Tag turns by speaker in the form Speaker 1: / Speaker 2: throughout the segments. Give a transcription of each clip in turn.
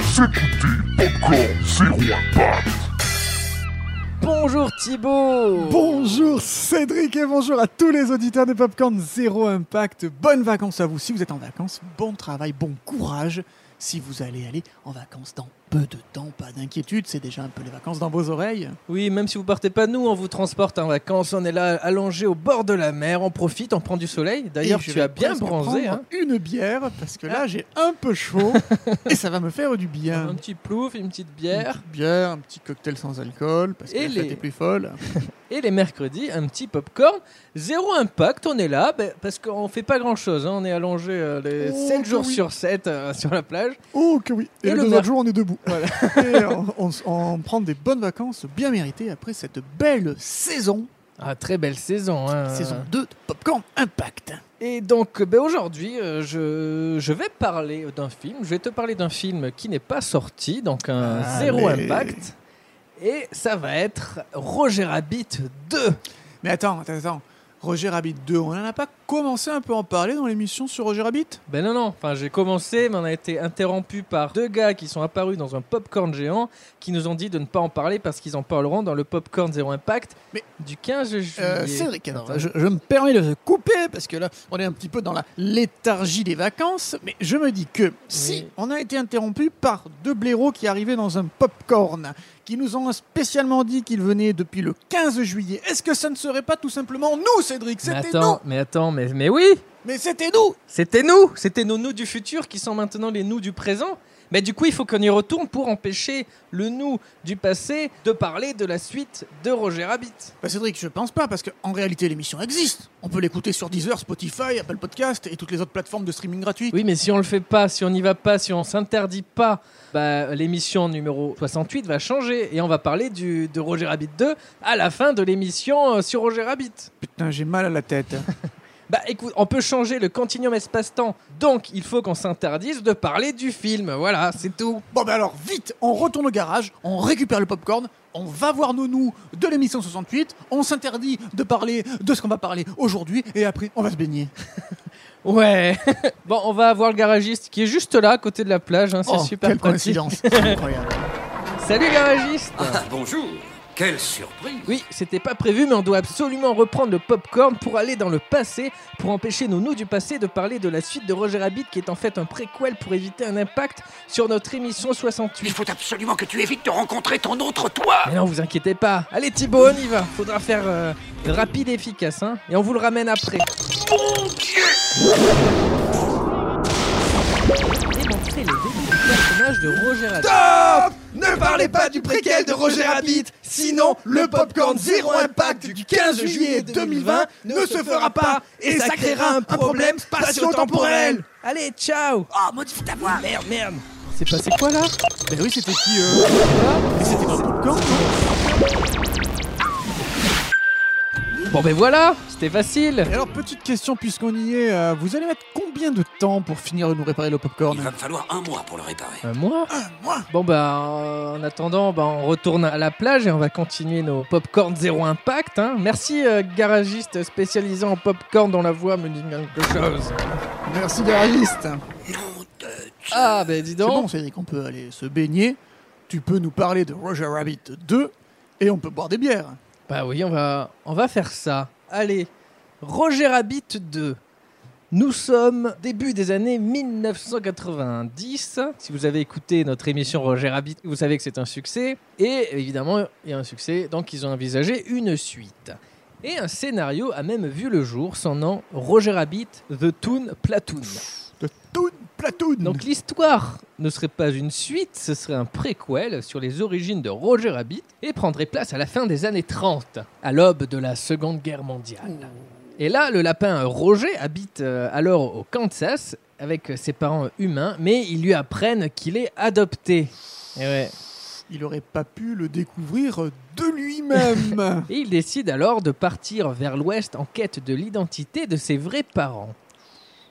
Speaker 1: Vous écoutez Popcorn Zéro Impact.
Speaker 2: Bonjour Thibaut
Speaker 3: Bonjour Cédric et bonjour à tous les auditeurs de Popcorn Zéro Impact. Bonnes vacances à vous si vous êtes en vacances. Bon travail, bon courage si vous allez aller en vacances dans peu de temps. Pas d'inquiétude, c'est déjà un peu les vacances dans vos oreilles.
Speaker 2: Oui, même si vous partez pas, nous, on vous transporte en vacances. On est là allongé au bord de la mer, on profite, on prend du soleil. D'ailleurs,
Speaker 3: Et je
Speaker 2: tu
Speaker 3: vais
Speaker 2: as bien
Speaker 3: presque
Speaker 2: bronzé.
Speaker 3: prendre
Speaker 2: hein. Ah.
Speaker 3: Une bière parce que là j'ai un peu chaud et ça va me faire du bien.
Speaker 2: Un petit plouf, une petite
Speaker 3: Une
Speaker 2: bière.
Speaker 3: petite bière, un petit cocktail sans alcool parce que
Speaker 2: Et
Speaker 3: la fête
Speaker 2: les-
Speaker 3: est plus folle.
Speaker 2: Et les mercredis, un petit popcorn. Zéro impact, on est là ben, parce qu'on fait pas grand chose. On est allongé euh, les
Speaker 3: Oh,
Speaker 2: 7 jours
Speaker 3: oui.
Speaker 2: sur 7 euh, sur la plage.
Speaker 3: Oh que oui Et,
Speaker 2: Et
Speaker 3: le,
Speaker 2: le
Speaker 3: deuxième
Speaker 2: mar-
Speaker 3: jour, on est debout. Et on, on s- on prend des bonnes vacances bien méritées après cette belle saison,
Speaker 2: Ah, très belle saison. hein.
Speaker 3: saison 2 de Popcorn Impact.
Speaker 2: Et donc, ben, aujourd'hui, euh, je, je vais parler d'un film. Je vais te parler d'un film qui n'est pas sorti, donc un
Speaker 3: Allez.
Speaker 2: zéro impact. Et ça va être Roger Rabbit 2.
Speaker 3: Mais attends, attends, attends. Roger Rabbit 2, on n'en a pas commencé un peu à en parler dans l'émission sur Roger Rabbit
Speaker 2: Ben non, non. Enfin, j'ai commencé, mais on a été interrompu par deux gars qui sont apparus dans un popcorn géant, qui nous ont dit de ne pas en parler parce qu'ils en parleront dans le popcorn zéro impact.
Speaker 3: Mais-
Speaker 2: du 15 juillet.
Speaker 3: Euh, Cédric, alors,
Speaker 2: Attends.
Speaker 3: je, je me permets de te couper parce que là, on est un petit peu dans la léthargie des vacances. Mais je me dis que si
Speaker 2: Oui.
Speaker 3: on a été interrompu par deux blaireaux qui arrivaient dans un popcorn, qui nous ont spécialement dit qu'ils venaient depuis le 15 juillet, est-ce que ça ne serait pas tout simplement nous, Cédric
Speaker 2: Mais
Speaker 3: C'était nous
Speaker 2: attends, mais attends, mais, mais oui,
Speaker 3: Mais c'était nous
Speaker 2: C'était nous, c'était nos nous du futur qui sont maintenant les nous du présent. Mais du coup, il faut qu'on y retourne pour empêcher le nous du passé de parler de la suite de Roger Rabbit.
Speaker 3: Bah, Cédric, je pense pas parce qu'en réalité, l'émission existe. On peut l'écouter sur Deezer, Spotify, Apple Podcast et toutes les autres plateformes de streaming gratuites.
Speaker 2: Oui, mais si on le fait pas, si on n'y va pas, si on s'interdit pas, bah, l'émission numéro 68 va changer et on va parler du, de Roger Rabbit 2 à la fin de l'émission euh, sur Roger Rabbit.
Speaker 3: Putain, j'ai mal à la tête.
Speaker 2: Bah écoute, on peut changer le continuum espace-temps, donc il faut qu'on s'interdise de parler du film. Voilà, c'est tout.
Speaker 3: Bon bah alors vite, on retourne au garage, on récupère le popcorn, on va voir nos nous de l'émission 68, on s'interdit de parler de ce qu'on va parler aujourd'hui et après on va se baigner.
Speaker 2: Ouais. bon, on va voir le garagiste qui est juste là, à côté de la plage. hein, C'est
Speaker 3: oh,
Speaker 2: super
Speaker 3: quelle
Speaker 2: pratique.
Speaker 3: coïncidence, c'est incroyable.
Speaker 2: Salut garagiste.
Speaker 4: Ah, bonjour Quelle surprise
Speaker 2: Oui, c'était pas prévu, mais on doit absolument reprendre le popcorn pour aller dans le passé, pour empêcher nos nous du passé de parler de la suite de Roger Rabbit, qui est en fait un préquel pour éviter un impact sur notre émission 68.
Speaker 4: Il faut absolument que tu évites de rencontrer ton autre toi
Speaker 2: Mais non, vous inquiétez pas. Allez Thibaut, on y va. Faudra faire euh, rapide et efficace, hein. Et on vous le ramène après.
Speaker 4: Mon Dieu
Speaker 2: Démontrer le début du personnage de Roger Rabbit.
Speaker 3: Ne parlez pas du préquel de Roger Rabbit, sinon le popcorn zéro impact du 15 juillet 2020 ne se fera pas et ça créera un problème spatio-temporel.
Speaker 2: Allez, ciao
Speaker 4: Oh, maudit ta voix
Speaker 2: Merde, merde C'est passé quoi là
Speaker 3: Ben oui, c'était qui euh Mais C'était pas le popcorn non
Speaker 2: Bon ben voilà, c'était facile
Speaker 3: Et alors petite question puisqu'on y est, euh, vous allez mettre combien de temps pour finir de nous réparer le popcorn
Speaker 4: Il va me falloir un mois pour le réparer.
Speaker 2: Un mois
Speaker 3: mois
Speaker 2: Bon bah euh, en attendant, bah, on retourne à la plage et on va continuer nos popcorn zéro impact. hein. Merci euh, garagiste spécialisé en popcorn dont la voix me dit quelque chose.
Speaker 3: Merci garagiste
Speaker 4: Nom de Dieu
Speaker 2: Ah ben dis
Speaker 3: C'est bon,
Speaker 2: donc
Speaker 3: Cédric, on peut aller se baigner. Tu peux nous parler de Roger Rabbit 2 et on peut boire des bières.
Speaker 2: Bah oui, on va, on va faire ça. Allez, Roger Rabbit 2. Nous sommes début des années 1990. Si vous avez écouté notre émission Roger Rabbit, vous savez que c'est un succès. Et évidemment, il y a un succès, donc ils ont envisagé une suite. Et un scénario a même vu le jour, son nom Roger Rabbit, The Toon Platoon.
Speaker 3: De Toon Platoon.
Speaker 2: Donc l'histoire ne serait pas une suite, ce serait un préquel sur les origines de Roger Rabbit et prendrait place à la fin des années 30, à l'aube de la Seconde Guerre mondiale. Et là, le lapin Roger habite euh, alors au Kansas avec ses parents humains, mais ils lui apprennent qu'il est adopté. Et, ouais.
Speaker 3: Il aurait pas pu le découvrir de lui-même.
Speaker 2: Et il décide alors de partir vers l'ouest en quête de l'identité de ses vrais parents.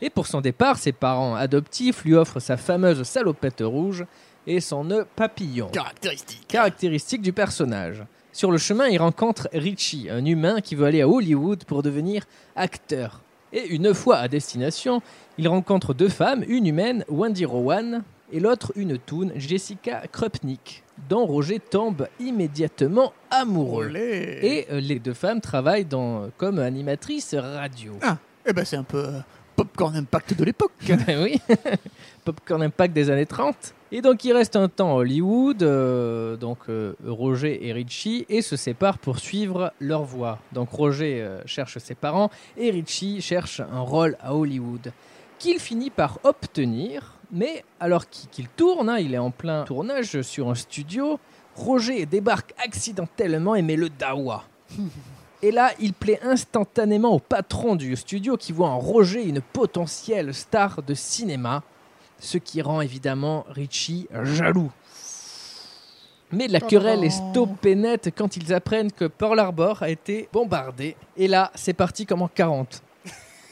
Speaker 2: Et pour son départ, ses parents adoptifs lui offrent sa fameuse salopette rouge et son nœud papillon.
Speaker 3: Caractéristique.
Speaker 2: caractéristique du personnage. Sur le chemin, il rencontre Richie, un humain qui veut aller à Hollywood pour devenir acteur. Et une fois à destination, il rencontre deux femmes, une humaine, Wendy Rowan, et l'autre une toune, Jessica Krupnik, dont Roger tombe immédiatement amoureux.
Speaker 3: Olé.
Speaker 2: Et euh, les deux femmes travaillent dans, euh, comme animatrices radio.
Speaker 3: Ah, eh ben c'est un peu euh, Popcorn Impact de l'époque.
Speaker 2: Ben oui, Popcorn Impact des années 30. Et donc il reste un temps à Hollywood, euh, donc euh, Roger et Richie, et se séparent pour suivre leur voie. Donc Roger euh, cherche ses parents et Richie cherche un rôle à Hollywood, qu'il finit par obtenir, mais alors qu'il qu'il tourne, hein, il est en plein tournage sur un studio, Roger débarque accidentellement et met le dawa. Et là, il plaît instantanément au patron du studio qui voit en Roger une potentielle star de cinéma, ce qui rend évidemment Richie jaloux. Mais la querelle est stoppée net quand ils apprennent que Pearl Harbor a été bombardé. Et là, c'est parti comme en 40.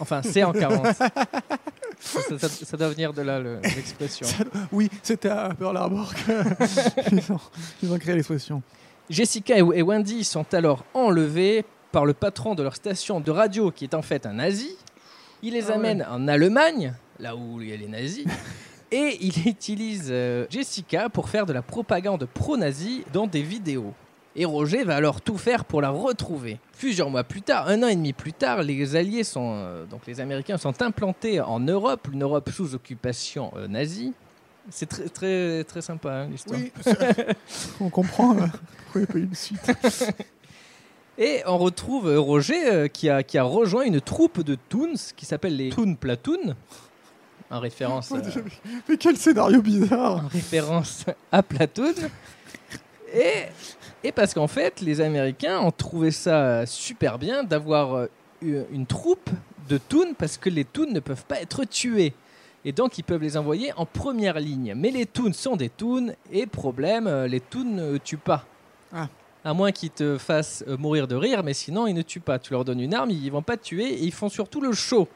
Speaker 2: Enfin, c'est en 40. ça, ça- ça- ça doit venir de là, le- l'expression.
Speaker 3: Oui, c'était à Pearl Harbor qu'ils ont, ils ont créé l'expression.
Speaker 2: Jessica et et Wendy sont alors enlevés par le patron de leur station de radio, qui est en fait un nazi. Il les
Speaker 3: Ah
Speaker 2: amène en Allemagne, là où il y a les nazis, et il utilise euh, Jessica pour faire de la propagande pro-nazi dans des vidéos. Et Roger va alors tout faire pour la retrouver. Plusieurs mois plus tard, un an et demi plus tard, les Alliés sont, euh, donc les Américains sont implantés en Europe, une Europe sous occupation euh, nazie. C'est très très très sympa hein, l'histoire.
Speaker 3: Oui, on comprend. là. Pourquoi il n'y a pas eu de suite
Speaker 2: Et on retrouve euh, Roger euh, qui a, qui a rejoint une troupe de Toons qui s'appelle les Toon Platoon, en référence, euh,
Speaker 3: Mais quel scénario bizarre
Speaker 2: en référence à Platoon. Et, et parce qu'en fait, les Américains ont trouvé ça euh, super bien d'avoir euh, une une troupe de Toons parce que les Toons ne peuvent pas être tués. Et donc, ils peuvent les envoyer en première ligne. Mais les Toons sont des Toons et problème, euh, les Toons ne tuent pas.
Speaker 3: Ah.
Speaker 2: À moins qu'ils te fassent euh, mourir de rire, mais sinon ils ne tuent pas. Tu leur donnes une arme, ils vont pas te tuer et ils font surtout le show.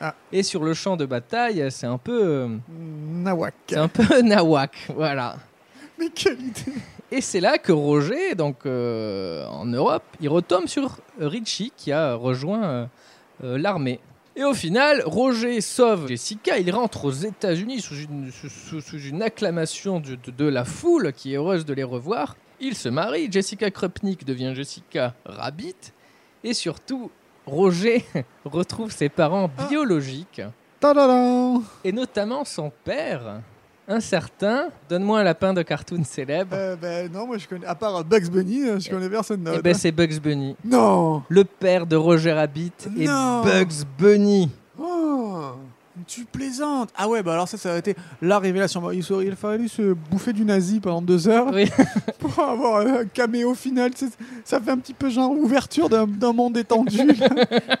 Speaker 3: Ah.
Speaker 2: Et sur le champ de bataille, euh, c'est un peu, euh,
Speaker 3: Nawak.
Speaker 2: c'est un peu nawak, voilà.
Speaker 3: Mais quelle idée
Speaker 2: Et c'est là que Roger, donc euh, en Europe, il retombe sur Richie qui a rejoint euh, euh, l'armée. Et au final, Roger sauve Jessica. Il rentre aux États-Unis sous une, sous- sous- sous une acclamation du- de, de la foule qui est heureuse de les revoir. Ils se marient. Jessica Krupnik devient Jessica Rabbit. Et surtout, Roger retrouve ses parents
Speaker 3: Ah.
Speaker 2: biologiques
Speaker 3: Tadadam
Speaker 2: et notamment son père, un certain, donne-moi un lapin de cartoon célèbre.
Speaker 3: euh, Ben non, moi je connais. À part Bugs Bunny, euh, je connais personne
Speaker 2: Eh
Speaker 3: d'autre.
Speaker 2: ben c'est Bugs Bunny.
Speaker 3: non
Speaker 2: Le père de Roger Rabbit est
Speaker 3: Non.
Speaker 2: Bugs Bunny.
Speaker 3: Oh, tu plaisantes Ah ouais, bah alors ça, ça a été la révélation. Bah, il, se- il a fallu se bouffer du nazi pendant deux heures
Speaker 2: Oui.
Speaker 3: pour avoir un caméo final. Tu sais, Ça fait un petit peu genre ouverture d'un d'un monde étendu. là.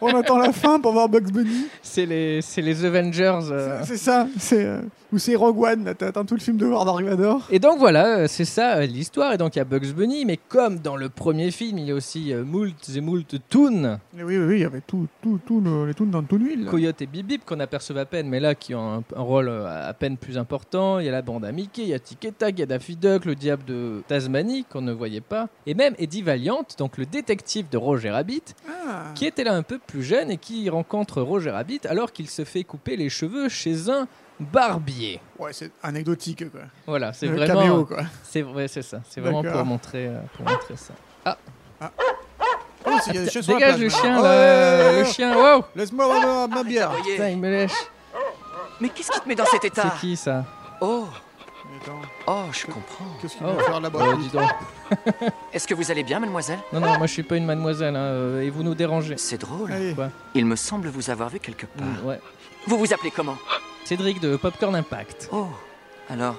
Speaker 3: On attend la fin pour voir Bugs Bunny.
Speaker 2: C'est les, c'est les Avengers. euh.
Speaker 3: C'est ça, c'est euh, ou c'est Rogue One. là, T'attends tout le film de War Darvador.
Speaker 2: Et donc voilà, euh, c'est ça euh, l'histoire. Et donc il y a Bugs Bunny, mais comme dans le premier film, il y a aussi euh, moult et moult Toon,
Speaker 3: Oui, oui, oui, il y avait tout, tout, tout le- les tunes dans tout l'huile.
Speaker 2: Coyote et Bibip qu'on aperçoit à peine, mais là qui ont un, un rôle euh, à peine plus important. Il y a la bande à Mickey, il y a Tic et Tac, il y a Daffy Duck, le diable de Tasmanie qu'on ne voyait pas, et même Eddie Valiant, donc le détective de Roger Rabbit,
Speaker 3: Ah.
Speaker 2: qui était là un peu plus jeune et qui rencontre Roger Rabbit alors qu'il se fait couper les cheveux chez un barbier.
Speaker 3: Ouais, c'est anecdotique quoi.
Speaker 2: Voilà, c'est
Speaker 3: Le
Speaker 2: vraiment. euh,
Speaker 3: caméo quoi.
Speaker 2: C'est vrai, c'est ça. C'est vraiment
Speaker 3: D'accord.
Speaker 2: pour montrer, euh, pour montrer ça. Ah,
Speaker 3: Oh, c'est- il y a des chiens sur la
Speaker 2: Dégage
Speaker 3: plage,
Speaker 2: le
Speaker 3: là.
Speaker 2: chien, là,
Speaker 3: Oh, ouais, ouais,
Speaker 2: le
Speaker 3: ouais.
Speaker 2: chien. Wow,
Speaker 3: Laisse-moi ma- ma
Speaker 4: Ah,
Speaker 3: bière.
Speaker 2: Putain, il me lèche.
Speaker 4: Mais qu'est-ce qui te met dans cet état
Speaker 2: C'est qui ça
Speaker 4: Oh,
Speaker 3: Mais attends,
Speaker 4: oh, je comprends.
Speaker 3: qu'est-ce qu'il
Speaker 2: Oh.
Speaker 3: va faire là-bas
Speaker 2: Oh, dis donc.
Speaker 4: Est-ce que vous allez bien, mademoiselle
Speaker 2: Non, non, moi je suis pas une mademoiselle. hein, euh, et vous nous dérangez.
Speaker 4: C'est Ah. drôle.
Speaker 3: Allez.
Speaker 2: Quoi
Speaker 4: Il me semble vous avoir vu quelque part.
Speaker 2: Mm, Ouais.
Speaker 4: Vous vous appelez comment
Speaker 2: Cédric de Popcorn Impact.
Speaker 4: Oh, alors,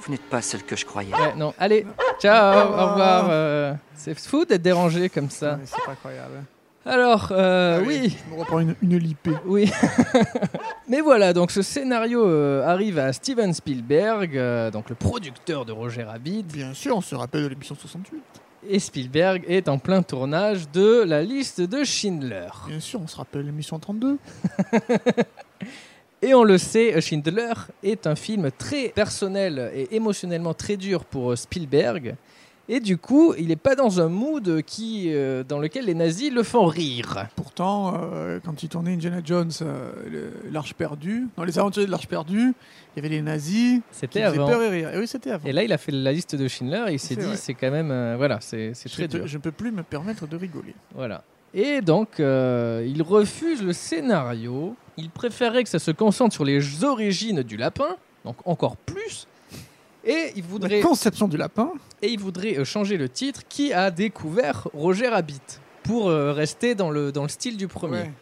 Speaker 4: vous n'êtes pas celle que je croyais.
Speaker 2: Ouais, non. Allez, ciao, au revoir. euh, c'est fou d'être dérangé comme ça.
Speaker 3: Ouais, c'est pas incroyable. hein.
Speaker 2: Alors, euh, oui.
Speaker 3: Je me reprends une, une lipée.
Speaker 2: Oui. Mais voilà, donc ce scénario euh, arrive à Steven Spielberg, euh, donc le producteur de Roger Rabbit,
Speaker 3: Bien sûr, on se rappelle de l'émission 68.
Speaker 2: et Spielberg est en plein tournage de La liste de Schindler.
Speaker 3: Bien sûr, on se rappelle de l'émission 32.
Speaker 2: Et on le sait, euh, Schindler est un film très personnel et émotionnellement très dur pour euh, Spielberg. Et du coup, il n'est pas dans un mood qui, euh, dans lequel les nazis le font rire.
Speaker 3: Pourtant, euh, quand il tournait Indiana Jones, euh, le- l'Arche perdue, dans les aventuriers de l'Arche perdue, il y avait les nazis qui
Speaker 2: C'était
Speaker 3: faisaient
Speaker 2: avant.
Speaker 3: peur et rire. Et oui, c'était avant.
Speaker 2: Et là, il a fait la liste de Schindler et il s'est
Speaker 3: C'est
Speaker 2: dit,
Speaker 3: vrai.
Speaker 2: c'est quand même. euh, voilà, c'est c'est
Speaker 3: Je
Speaker 2: très
Speaker 3: te-
Speaker 2: dur.
Speaker 3: je ne peux plus me permettre de rigoler.
Speaker 2: Voilà. Et donc, euh, il refuse le scénario. Il préférait que ça se concentre sur les origines du lapin, donc encore plus. Et il voudrait,
Speaker 3: La conception du lapin,
Speaker 2: et il voudrait euh, changer le titre Qui a découvert Roger Rabbit pour euh, rester dans le, dans le style du premier.
Speaker 3: ouais.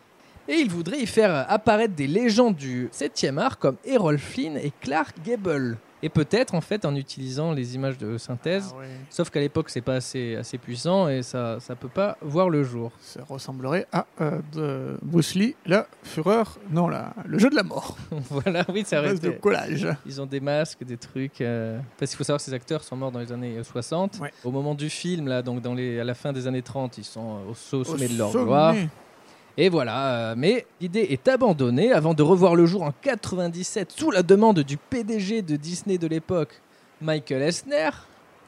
Speaker 2: Et il voudrait y faire euh, apparaître des légendes du 7e art comme Errol Flynn et Clark Gable. Et peut-être en fait en utilisant les images de synthèse.
Speaker 3: Ah ouais.
Speaker 2: Sauf qu'à l'époque c'est pas assez, assez puissant et ça ça peut pas voir le jour.
Speaker 3: ça ressemblerait à euh, de Bruce Lee, la fureur, non, la, le jeu de la mort,
Speaker 2: voilà, oui, ça
Speaker 3: à base
Speaker 2: reste.
Speaker 3: de collage.
Speaker 2: Ils ont des masques, des trucs. euh, Parce qu'il faut savoir que ces acteurs sont morts dans les années euh, 60.
Speaker 3: Ouais.
Speaker 2: Au moment du film, là, donc dans les... à la fin des années 30, ils sont euh, au, so- au
Speaker 3: Au
Speaker 2: sommet de leur
Speaker 3: sommet.
Speaker 2: gloire. Et voilà, euh, mais l'idée est abandonnée avant de revoir le jour en 97 sous la demande du PDG de Disney de l'époque, Michael Esner.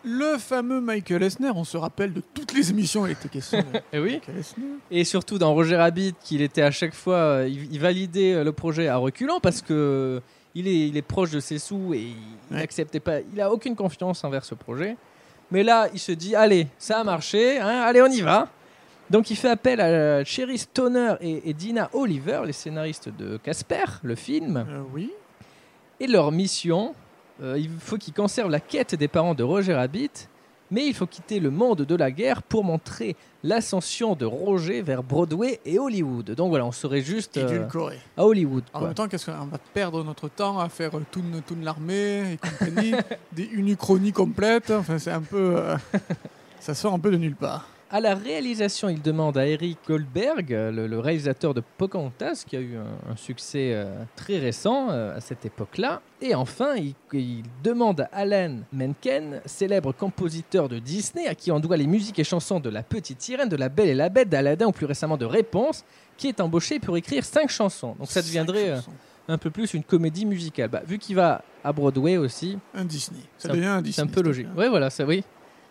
Speaker 3: Le fameux Michael Esner, on se rappelle de toutes les émissions, où il était question de
Speaker 2: Et oui.
Speaker 3: Michael Esner.
Speaker 2: Et surtout dans Roger Rabbit, qu'il était à chaque fois, euh, il, il validait euh, le projet à reculant parce que euh, il est, il est proche de ses sous et il
Speaker 3: Ouais.
Speaker 2: n'acceptait pas, il a aucune confiance envers ce projet. Mais là, il se dit, allez, ça a marché, hein, allez, on y va. Donc il fait appel à euh, Sherry Stoner et, et Dina Oliver, les scénaristes de Casper, le film.
Speaker 3: Euh, oui.
Speaker 2: Et leur mission, euh, il faut qu'ils conservent la quête des parents de Roger Rabbit, mais il faut quitter le monde de la guerre pour montrer l'ascension de Roger vers Broadway et Hollywood. Donc voilà, on serait juste euh,
Speaker 3: Édulcoré.
Speaker 2: à Hollywood.
Speaker 3: En
Speaker 2: quoi.
Speaker 3: même temps, qu'est-ce qu'on va perdre notre temps à faire euh, Toon, Toon l'armée et compagnie, des unicronies complètes. Enfin, c'est un peu. euh, ça sort un peu de nulle part.
Speaker 2: À la réalisation, il demande à Eric Goldberg, euh, le, le réalisateur de Pocahontas, qui a eu un, un succès euh, très récent euh, à cette époque-là. Et enfin, il, il demande à Alan Menken, célèbre compositeur de Disney, à qui on doit les musiques et chansons de La Petite Sirène, de La Belle et la Bête, d'Aladin ou plus récemment de Réponse, qui est embauché pour écrire cinq chansons. Donc ça
Speaker 3: Cinq
Speaker 2: deviendrait euh,
Speaker 3: chansons.
Speaker 2: un peu plus une comédie musicale. Bah, vu qu'il va à Broadway aussi,
Speaker 3: Un Disney. Ça
Speaker 2: c'est un-
Speaker 3: devient un Disney.
Speaker 2: c'est un peu
Speaker 3: s'il te
Speaker 2: logique.
Speaker 3: plaît.
Speaker 2: Ouais, voilà, ça oui.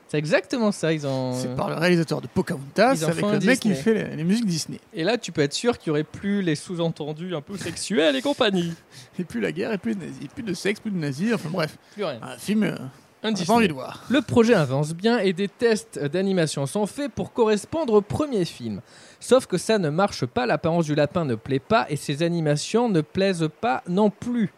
Speaker 2: C'est exactement ça. Ils ont.
Speaker 3: C'est par le réalisateur de Pocahontas
Speaker 2: Ils en
Speaker 3: avec
Speaker 2: font
Speaker 3: le
Speaker 2: un
Speaker 3: mec qui
Speaker 2: Disney.
Speaker 3: fait les, les musiques Disney.
Speaker 2: Et là, tu peux être sûr qu'il n'y aurait plus les sous-entendus un peu sexuels et compagnie.
Speaker 3: Et plus la guerre, et plus les nazis. Plus de sexe, plus de nazis. Enfin bref,
Speaker 2: Plus rien.
Speaker 3: un film. euh,
Speaker 2: Ah, Un
Speaker 3: on a pas
Speaker 2: Disney.
Speaker 3: envie de voir.
Speaker 2: Le projet avance bien et des tests d'animation sont faits pour correspondre au premier film. Sauf que ça ne marche pas, l'apparence du lapin ne plaît pas et ses animations ne plaisent pas non plus.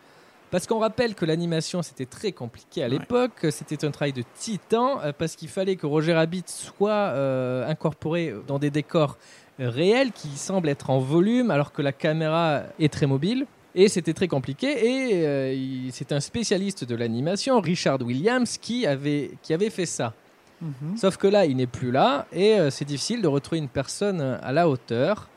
Speaker 2: Parce qu'on rappelle que l'animation c'était très compliqué à
Speaker 3: Ouais.
Speaker 2: l'époque, c'était un travail de titan euh, parce qu'il fallait que Roger Rabbit soit euh, incorporé dans des décors euh, réels qui semblent être en volume alors que la caméra est très mobile. Et c'était très compliqué. Et euh, il- c'est un spécialiste de l'animation, Richard Williams, qui avait, qui avait fait ça.
Speaker 3: Mhm.
Speaker 2: Sauf que là, il n'est plus là. Et euh, c'est difficile de retrouver une personne euh, à la hauteur.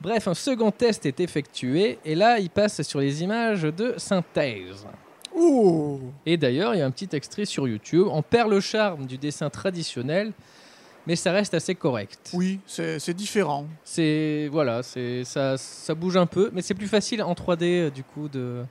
Speaker 2: Bref, un second test est effectué. Et là, il passe sur les images de synthèse.
Speaker 3: Oh
Speaker 2: Et d'ailleurs, il y a un petit extrait sur YouTube. On perd le charme du dessin traditionnel. Mais ça reste assez correct.
Speaker 3: Oui, c'est c'est différent.
Speaker 2: C'est voilà, c'est ça, ça bouge un peu, mais c'est plus facile en 3D euh, du coup de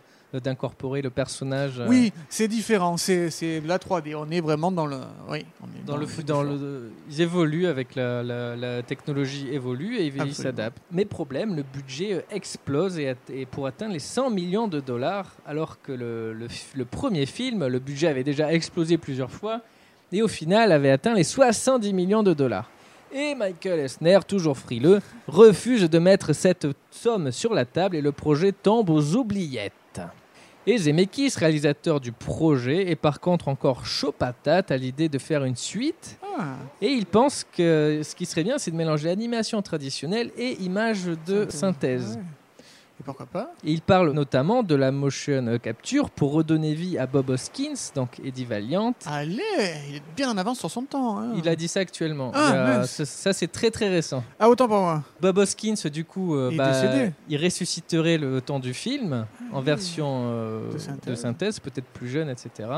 Speaker 2: d'incorporer le personnage. euh,
Speaker 3: Oui, c'est différent. C'est c'est de la 3D. On est vraiment dans le. Oui, on est
Speaker 2: Dans le, fou- dans le, ils évoluent avec la, la- la technologie évolue et ils
Speaker 3: Absolument.
Speaker 2: s'adaptent. Mais problème, le budget euh, explose et, at- et pour atteindre les 100 millions de dollars, alors que le, le f- le premier film, le budget avait déjà explosé plusieurs fois et au final avait atteint les 70 millions de dollars. Et Michael Esner, toujours frileux, refuse de mettre cette somme sur la table et le projet tombe aux oubliettes. Et Zemeckis, réalisateur du projet, est par contre encore chaud patate à l'idée de faire une suite.
Speaker 3: Ah,
Speaker 2: Et il pense que ce qui serait bien, c'est de mélanger animation traditionnelle et images de synthèse.
Speaker 3: ouais. Et pourquoi pas
Speaker 2: Et il parle notamment de la motion capture pour redonner vie à Bob Hoskins, donc Eddie Valiant.
Speaker 3: Ah. Allez, il est bien en avance sur son temps. hein.
Speaker 2: Il a dit ça actuellement.
Speaker 3: Ah,
Speaker 2: Il y a-
Speaker 3: mince.
Speaker 2: ça, ça, c'est très très récent.
Speaker 3: Ah, autant pour moi.
Speaker 2: Bob Hoskins, du coup, euh,
Speaker 3: Il est
Speaker 2: bah,
Speaker 3: décédé. Ah
Speaker 2: il ressusciterait le temps du film en
Speaker 3: oui.
Speaker 2: version euh,
Speaker 3: De
Speaker 2: de
Speaker 3: synthèse.
Speaker 2: synthèse, peut-être plus jeune, etc.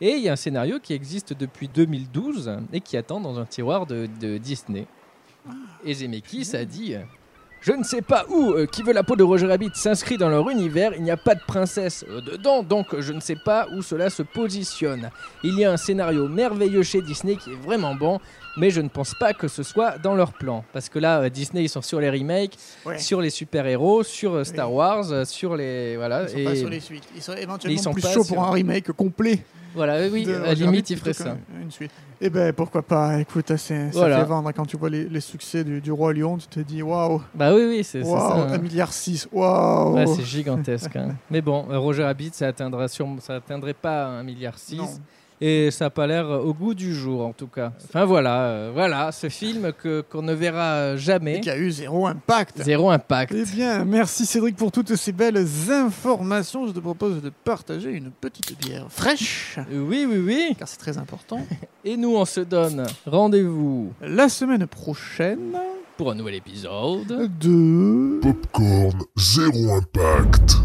Speaker 2: Et il y a un scénario qui existe depuis
Speaker 3: Ah.
Speaker 2: 2012 et qui attend dans un tiroir de, de Disney. Et Zemeckis a dit euh, Je ne sais pas où euh, qui veut la peau de Roger Rabbit s'inscrit dans leur univers, il n'y a pas de princesse euh, dedans, donc je ne sais pas où cela se positionne. Il y a un scénario merveilleux chez Disney qui est vraiment bon, mais je ne pense pas que ce soit dans leur plan. Parce que là, euh, Disney, ils sont sur les remakes,
Speaker 3: Ouais.
Speaker 2: sur les super-héros, sur euh, Star Wars, euh, sur les... Voilà,
Speaker 3: Ils sont
Speaker 2: et-
Speaker 3: pas sur les suites. Ils sont éventuellement
Speaker 2: ils sont
Speaker 3: plus
Speaker 2: pas
Speaker 3: chauds
Speaker 2: sur-
Speaker 3: pour un remake complet.
Speaker 2: voilà oui,
Speaker 3: de
Speaker 2: à la
Speaker 3: Roger
Speaker 2: limite,
Speaker 3: Rabbit
Speaker 2: ils feraient
Speaker 3: plutôt
Speaker 2: ça.
Speaker 3: qu'un- Une suite. Eh ben pourquoi pas, écoute, c'est- ça
Speaker 2: Voilà.
Speaker 3: fait vendre. Quand tu vois les, les succès du, du Roi Lion, tu te dis waouh,
Speaker 2: Bah oui, oui, c'est c'est ça.
Speaker 3: waouh,
Speaker 2: hein.
Speaker 3: 1 milliard 6, waouh.
Speaker 2: Ouais, c'est gigantesque. hein. Mais bon, euh, Roger Rabbit, ça atteindra sur... ça atteindrait pas un milliard six.
Speaker 3: Non.
Speaker 2: Et ça n'a pas l'air au goût du jour, en tout cas. Enfin voilà, euh, voilà ce film que qu'on ne verra
Speaker 3: Et
Speaker 2: jamais.
Speaker 3: qui a eu zéro impact.
Speaker 2: Zéro impact.
Speaker 3: Eh bien, merci Cédric pour toutes ces belles informations. Je te propose de partager une petite bière fraîche,
Speaker 2: Oui, oui, oui.
Speaker 3: car c'est très important.
Speaker 2: Et nous, on se donne rendez-vous
Speaker 3: La semaine prochaine
Speaker 2: pour un nouvel épisode.
Speaker 3: de...
Speaker 1: Popcorn, zéro impact.